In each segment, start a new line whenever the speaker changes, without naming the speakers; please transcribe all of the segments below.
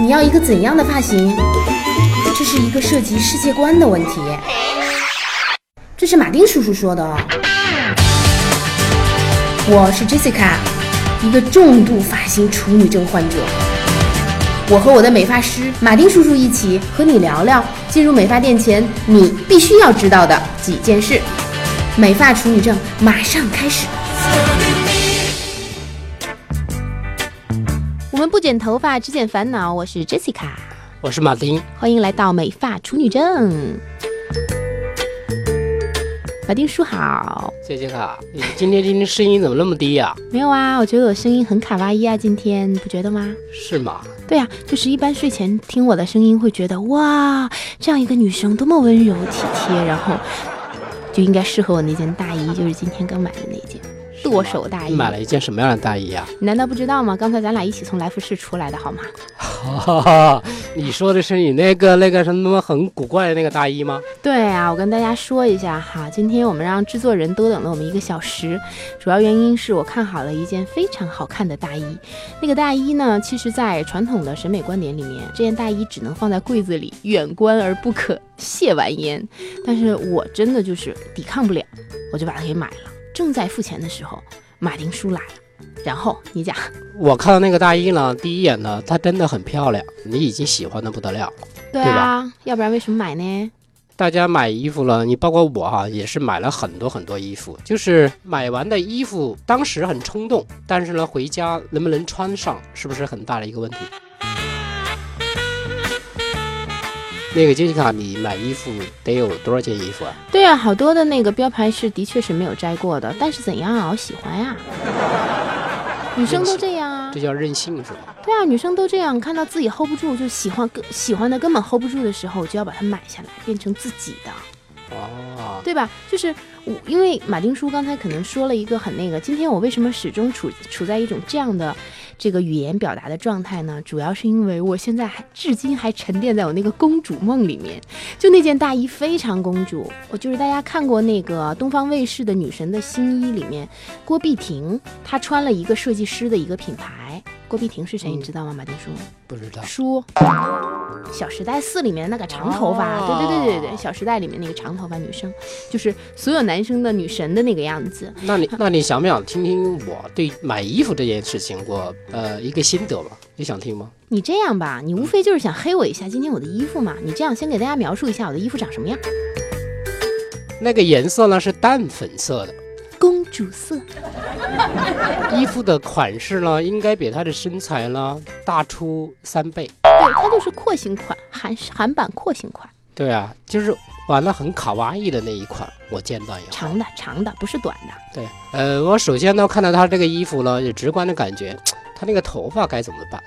你要一个怎样的发型？这是一个涉及世界观的问题。这是马丁叔叔说的哦。我是 Jessica，一个重度发型处女症患者。我和我的美发师马丁叔叔一起和你聊聊进入美发店前你必须要知道的几件事。美发处女症马上开始。我们不剪头发，只剪烦恼。我是 Jessica，
我是马丁。
欢迎来到美发处女症。马丁叔好，
杰杰卡，啊你今天今天声音怎么那么低呀、
没有啊，我觉得我声音很卡哇伊啊，今天你不觉得吗？
是吗？
对啊，就是一般睡前听我的声音会觉得哇，这样一个女生多么温柔体贴，然后就应该适合我那件大衣，就是今天刚买的那件剁手大
你
衣。
买了一件什么样的大衣呀、
你难道不知道吗？刚才咱俩一起从来福士出来的好吗？
哈哈哈，你说的是你那个那个什么很古怪的那个大衣吗？
对啊，我跟大家说一下哈，今天我们让制作人多等了我们一个小时，主要原因是我看好了一件非常好看的大衣。那个大衣呢，其实，在传统的审美观点里面，这件大衣只能放在柜子里，远观而不可亵玩焉。但是我真的就是抵抗不了，我就把它给买了。正在付钱的时候，马丁叔来了，然后你讲，
我看到那个大衣呢，第一眼呢，它真的很漂亮，你已经喜欢的不得了。
对
对
啊
吧，
要不然为什么买呢？
大家买衣服了，你包括我哈，也是买了很多很多衣服。就是买完的衣服，当时很冲动，但是呢，回家能不能穿上，是不是很大的一个问题？那个杰西卡，你买衣服得有多少件衣服啊？
对啊，好多的那个标牌是的确是没有摘过的，但是怎样啊，我喜欢 呀、女生都这样啊
这，叫任性是吗？
对啊，女生都这样，看到自己 hold 不住就喜欢，喜欢的根本 hold 不住的时候，就要把它买下来，变成自己的，
哦，
对吧？就是我，因为马丁叔刚才可能说了一个很那个，今天我为什么始终处处在一种这样的这个语言表达的状态呢？主要是因为我现在还至今还沉淀在我那个公主梦里面，就那件大衣非常公主。我就是大家看过那个东方卫视的《女神的新衣》里面，郭碧婷她穿了一个设计师的一个品牌。郭碧婷是谁？你知道吗？马丁叔。
不知道。
书，《小时代四》里面那个长头发，
哦
对对对对对，《小时代》里面那个长头发女生，就是所有男生的女神的那个样子。
那你那你想不想听听我对买衣服这件事情我呃一个心得吧？你想听吗？
你这样吧，你无非就是想黑我一下今天我的衣服嘛。你这样先给大家描述一下我的衣服长什么样，
那个颜色呢是淡粉色的。
公主色。
衣服的款式呢，应该比她的身材呢大出三倍。
对，它就是廓形款，韩韩版廓形款，
对啊，就是玩的很卡哇伊的那一款，我见到以后。
长的长的，不是短的。
对，呃，我首先呢看到她这个衣服呢，有直观的感觉，她那个头发该怎么办？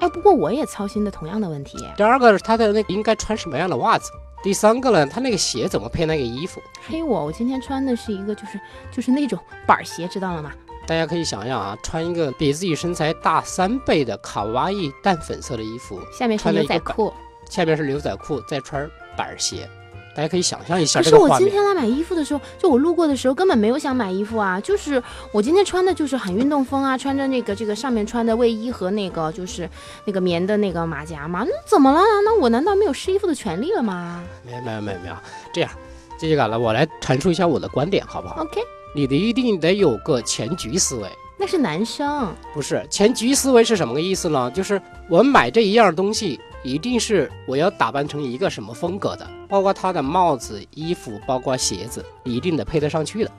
哎，不过我也操心的同样的问题，
第二个是她的那个应该穿什么样的袜子？第三个呢，她那个鞋怎么配那个衣服？
黑我，我今天穿的是一个就是就是那种板鞋，知道了吗？
大家可以想象啊，穿一个比自己身材大三倍的卡哇伊淡粉色的衣服，
下面是
穿了
牛
一个
仔
板
裤。
下面是牛仔裤，再穿板鞋，大家可以想象一下
可
这
是
个
我
画
今
面。
天来买衣服的时候，就我路过的时候根本没有想买衣服啊，就是我今天穿的就是很运动风啊，穿着那个这个上面穿的卫衣和那个就是那个棉的那个马甲嘛，那怎么了？那我难道没有试衣服的权利了吗
没有没有没有没有，这样，这就改了，我来阐述一下我的观点，好不好？
？OK，
你的一定得有个前局思维，
那是男生，
不是前局思维是什么个意思呢？就是我买这一样东西，一定是我要打扮成一个什么风格的，包括它的帽子、衣服，包括鞋子，一定得配得上去的。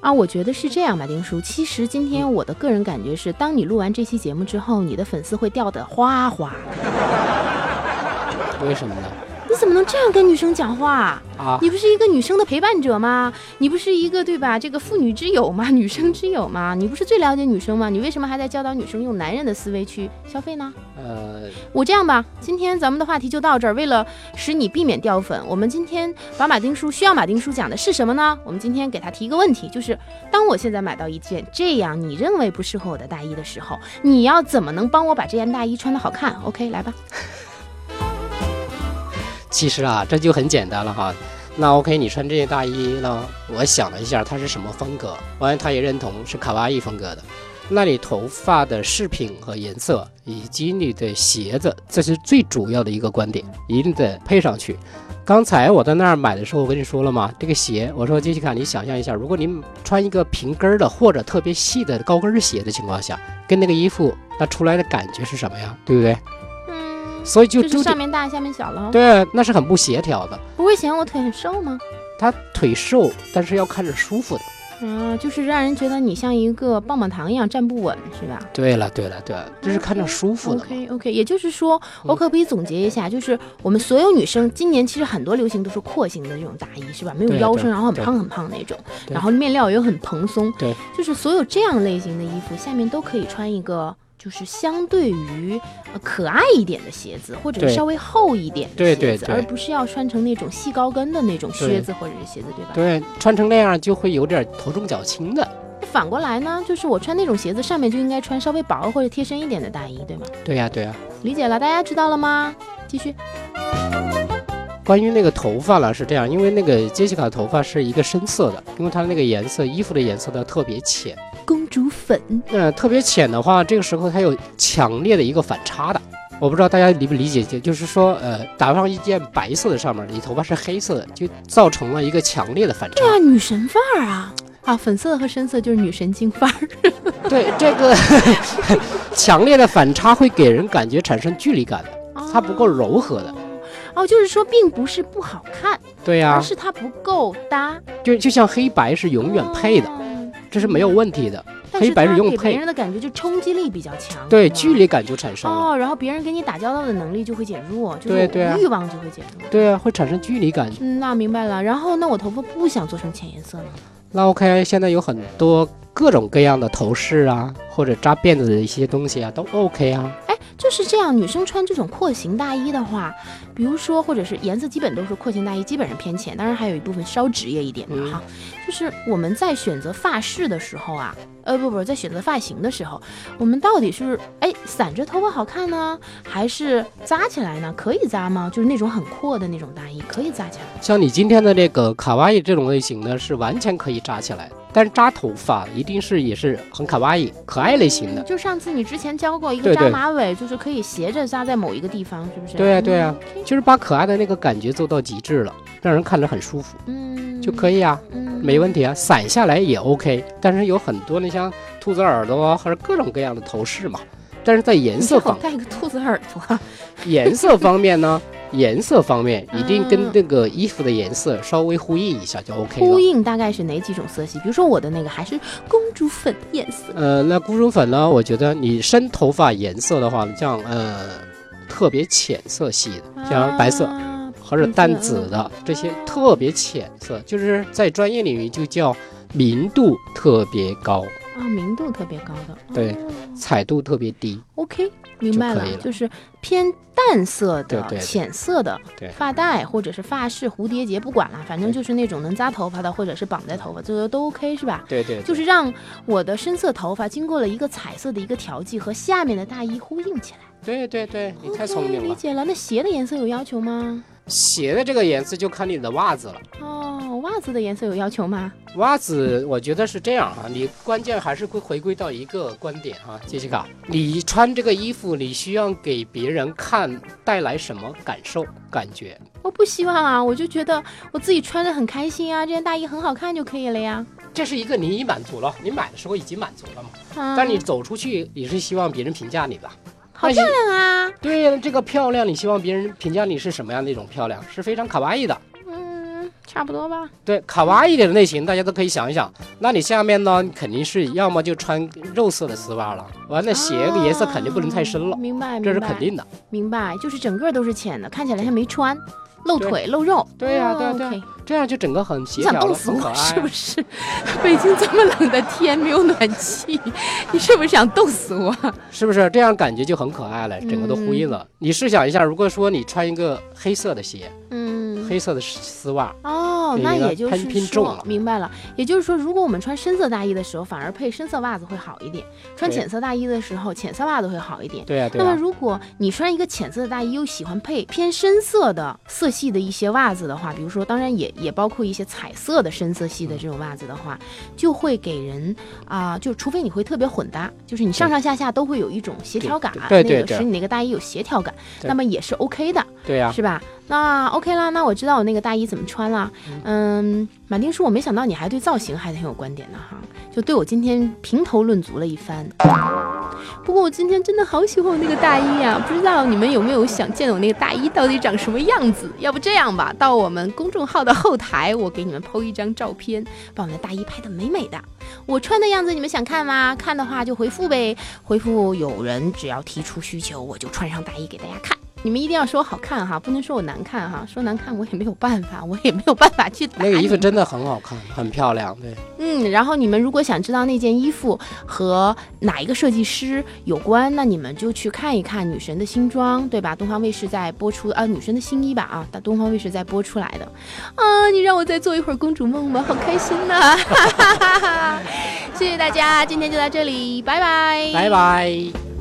啊，我觉得是这样，马丁叔。其实今天我的个人感觉是，当你录完这期节目之后，你的粉丝会掉的哗哗。
为什么呢？
你怎么能这样跟女生讲话、
啊，
你不是一个女生的陪伴者吗？你不是一个对吧？这个妇女之友吗？ 女生之友吗？你不是最了解女生吗？你为什么还在教导女生用男人的思维去消费呢？
呃，
我这样吧，今天咱们的话题就到这儿。为了使你避免掉粉，我们今天把马丁叔需要马丁叔讲的是什么呢？我们今天给他提一个问题，就是当我现在买到一件这样你认为不适合我的大衣的时候，你要怎么能帮我把这件大衣穿得好看？OK，来吧。
其实啊，这就很简单了哈。那 OK，你穿这件大衣呢？我想了一下，它是什么风格，完了他也认同是卡哇伊风格的。那你头发的饰品和颜色，以及你的鞋子，这是最主要的一个观点，一定得配上去。刚才我在那儿买的时候，我跟你说了嘛，这个鞋，我说杰西卡，你想象一下，如果你穿一个平跟儿的或者特别细的高跟鞋的情况下，跟那个衣服，那出来的感觉是什么呀？对不对？
嗯，
所以就
就是
注
上
定
面大下面小了。
对，那是很不协调的。
不会嫌我腿很瘦吗？
他腿瘦，但是要看着舒服的。
啊，就是让人觉得你像一个棒棒糖一样站不稳，是吧？
对了，对了，对了，这是看着舒服的嘛。
OK OK，也就是说，
嗯
我可不可以总结一下，就是我们所有女生今年其实很多流行都是廓形的这种大衣，是吧？没有
对
腰
对
身，然后很
对
胖很胖那种，
对
然后面料也很蓬松，
对，
就是所有这样类型的衣服下面都可以穿一个。就是相对于呃可爱一点的鞋子，或者是
对
稍微厚一点的
对
鞋子，
对对
而不是要穿成那种细高跟的那种靴子或者是鞋子，对吧？
对，穿成那样就会有点头重脚轻的。
反过来呢，就是我穿那种鞋子，上面就应该穿稍微薄或者贴身一点的大衣，对吗？
对呀、对呀、
理解了，大家知道了吗？继续。
关于那个头发了，是这样，因为那个杰西卡的头发是一个深色的，因为它那个颜色，衣服的颜色呢特别浅。
公主粉，
那、特别浅的话，这个时候它有强烈的一个反差的。我不知道大家理不理解，就就是说，呃，打上一件白色的上面，你头发是黑色的，就造成了一个强烈的反差
对。啊，女神范儿啊啊，粉色和深色就是女神经范儿。
对这 个强烈的反差会给人感觉产生距离感的， 它不够柔和的。
哦，就是说，并不是不好看，
对呀、
而是它不够搭，
就就像黑白是永远配的，
嗯
这是没有问题的。
但是
黑白
它
是用
给
配
别人的感觉就冲击力比较强，
对，
是吧
距离感就产生了。
哦，然后别人跟你打交道的能力就会减弱，就是
对对啊
我欲望就会减弱。
对啊，会产生距离感。
嗯，那明白了。然后，那我头发不想做成浅颜色呢？
那 OK，现在有很多各种各样的头饰啊，或者扎辫子的一些东西啊，都 OK 啊。
哎，就是这样，女生穿这种廓形大衣的话，比如说或者是颜色基本都是廓形大衣，基本上偏浅，当然还有一部分稍职业一点的哈。
嗯
就是我们在选择发饰的时候啊，呃不不，在选择发型的时候，我们到底是哎散着头发好看呢，还是扎起来呢？可以扎吗？就是那种很阔的那种大衣，可以扎起来吗。
像你今天的这个卡哇伊这种类型呢，是完全可以扎起来的，但是扎头发一定是也是很卡哇伊、可爱类型的。
哎就上次你之前教过一个
对
扎
对
马尾，就是可以斜着扎在某一个地方，是不是？
对呀、对呀、啊
嗯
就是把可爱的那个感觉做到极致了，让人看着很舒服
嗯，
就可
以，
以啊，
嗯，
没问题啊，散下来也 OK。但是有很多那像兔子耳朵啊，还是各种各样的头饰嘛。但是在颜
你
色
看
方
我戴个兔子耳 朵，
颜色方面呢，颜色方面一定
嗯
跟那个衣服的颜色稍微呼应一下就 OK
呼
了。
应大概是哪几种色系？比如说我的那个还是公主粉颜色，
呃，那孤乳粉呢？我觉得你深头发颜色的话，像呃特别浅色系的，像白色
啊
或者淡紫的这些特别浅色，就是在专业领域就叫明度特别高，
啊，明度特别高的。
对
哦
彩度特别低。
，OK，明白
就可以
了，
了
就是偏淡色
对
的
对、对
浅色的
对
发带或者是发饰、蝴蝶结，不管了，反正就是那种能扎头发的，或者是绑在头发，这个都 OK 是吧？
对对对
就是让我的深色头发经过了一个彩色的一个调剂，和下面的大衣呼应起来。
对对对，你太
OK，
聪明
理
了。
解了。那鞋的颜色有要求吗？
鞋的这个颜色就看你的袜子了。
哦，袜子的颜色有要求吗？
袜子，我觉得是这样啊，你关键还是会回归到一个观点啊，杰西卡，你穿这个衣服，你需要给别人看带来什么感受、感觉？
我不希望啊，我就觉得我自己穿的很开心啊，这件大衣很好看就可以了呀。
这是一个你已满足了，你买的时候已经满足了嘛？
嗯、
但你走出去，你是希望别人评价你吧？
好漂亮啊，
对呀，这个漂亮，你希望别人评价你是什么样的一种漂亮？是非常卡哇伊的。
嗯，差不多吧。
对卡哇伊的类型，大家都可以想一想。那你下面呢，你肯定是要么就穿肉色的丝袜了，完了鞋的颜色肯定不能太深了
啊，哦明白，
这
明
是
白
肯定的。
明白，就是整个都是浅的，看起来像没穿，露腿露肉。
对呀
哦
对呀对呀
OK
这样就整个很
你
协
想
调
冻
了，
死
很可
我
爱
是。不是？ 北京这么冷的天，没有暖气， 你是不是想冻死我？
是不是？这样感觉就很可爱了，整个都呼应
嗯
了。你试想一下，如果说你穿一个黑色的鞋、
嗯，
黑色的丝袜，
哦，哦，
你
那
那个
也就
喷
是
拼重
说
了
明白了，也就是说，如果我们穿深色大衣的时候，反而配深色袜子会好一点；穿
对
浅色大衣的时候，浅色袜子会好一点。
对呀、对啊
那
呀、
么，如果你穿一个浅色的大衣，又喜欢配偏深色的色系的一些袜子的话，比如说，当然也也包括一些彩色的深色
嗯
系的这种袜子的话，就会给人啊、就除非你会特别混搭，就是你上上下下都会有一种协调感，
对对对
那个
对
使你那个大衣有协调感，
对
那么也是 OK 的，
对呀、
是吧？那 OK 啦，那我知道我那个大衣怎么穿啦。嗯，马丁叔，我没想到你还对造型还挺有观点的哈，就对我今天评头论足了一番。不过我今天真的好喜欢我那个大衣啊，不知道你们有没有想见我那个大衣到底长什么样子？要不这样吧，到我们公众号的后台，我给你们 PO 一张照片，把我那大衣拍得美美的。我穿的样子你们想看吗？看的话就回复呗，回复有人只要提出需求，我就穿上大衣给大家看。你们一定要说好看哈，不能说我难看哈，说难看我也没有办法，我也没有办法去打
那个衣服
你们
真的很好看，很漂亮，对。
嗯，然后你们如果想知道那件衣服和哪一个设计师有关，那你们就去看一看《女神的新装》，对吧？东方卫视在播出啊，《女神的新衣》吧啊，但东方卫视在播出来 的。啊，你让我再做一会儿公主梦吧，好开心呐、哈哈哈哈！谢谢大家，今天就到这里，拜拜，
拜。拜。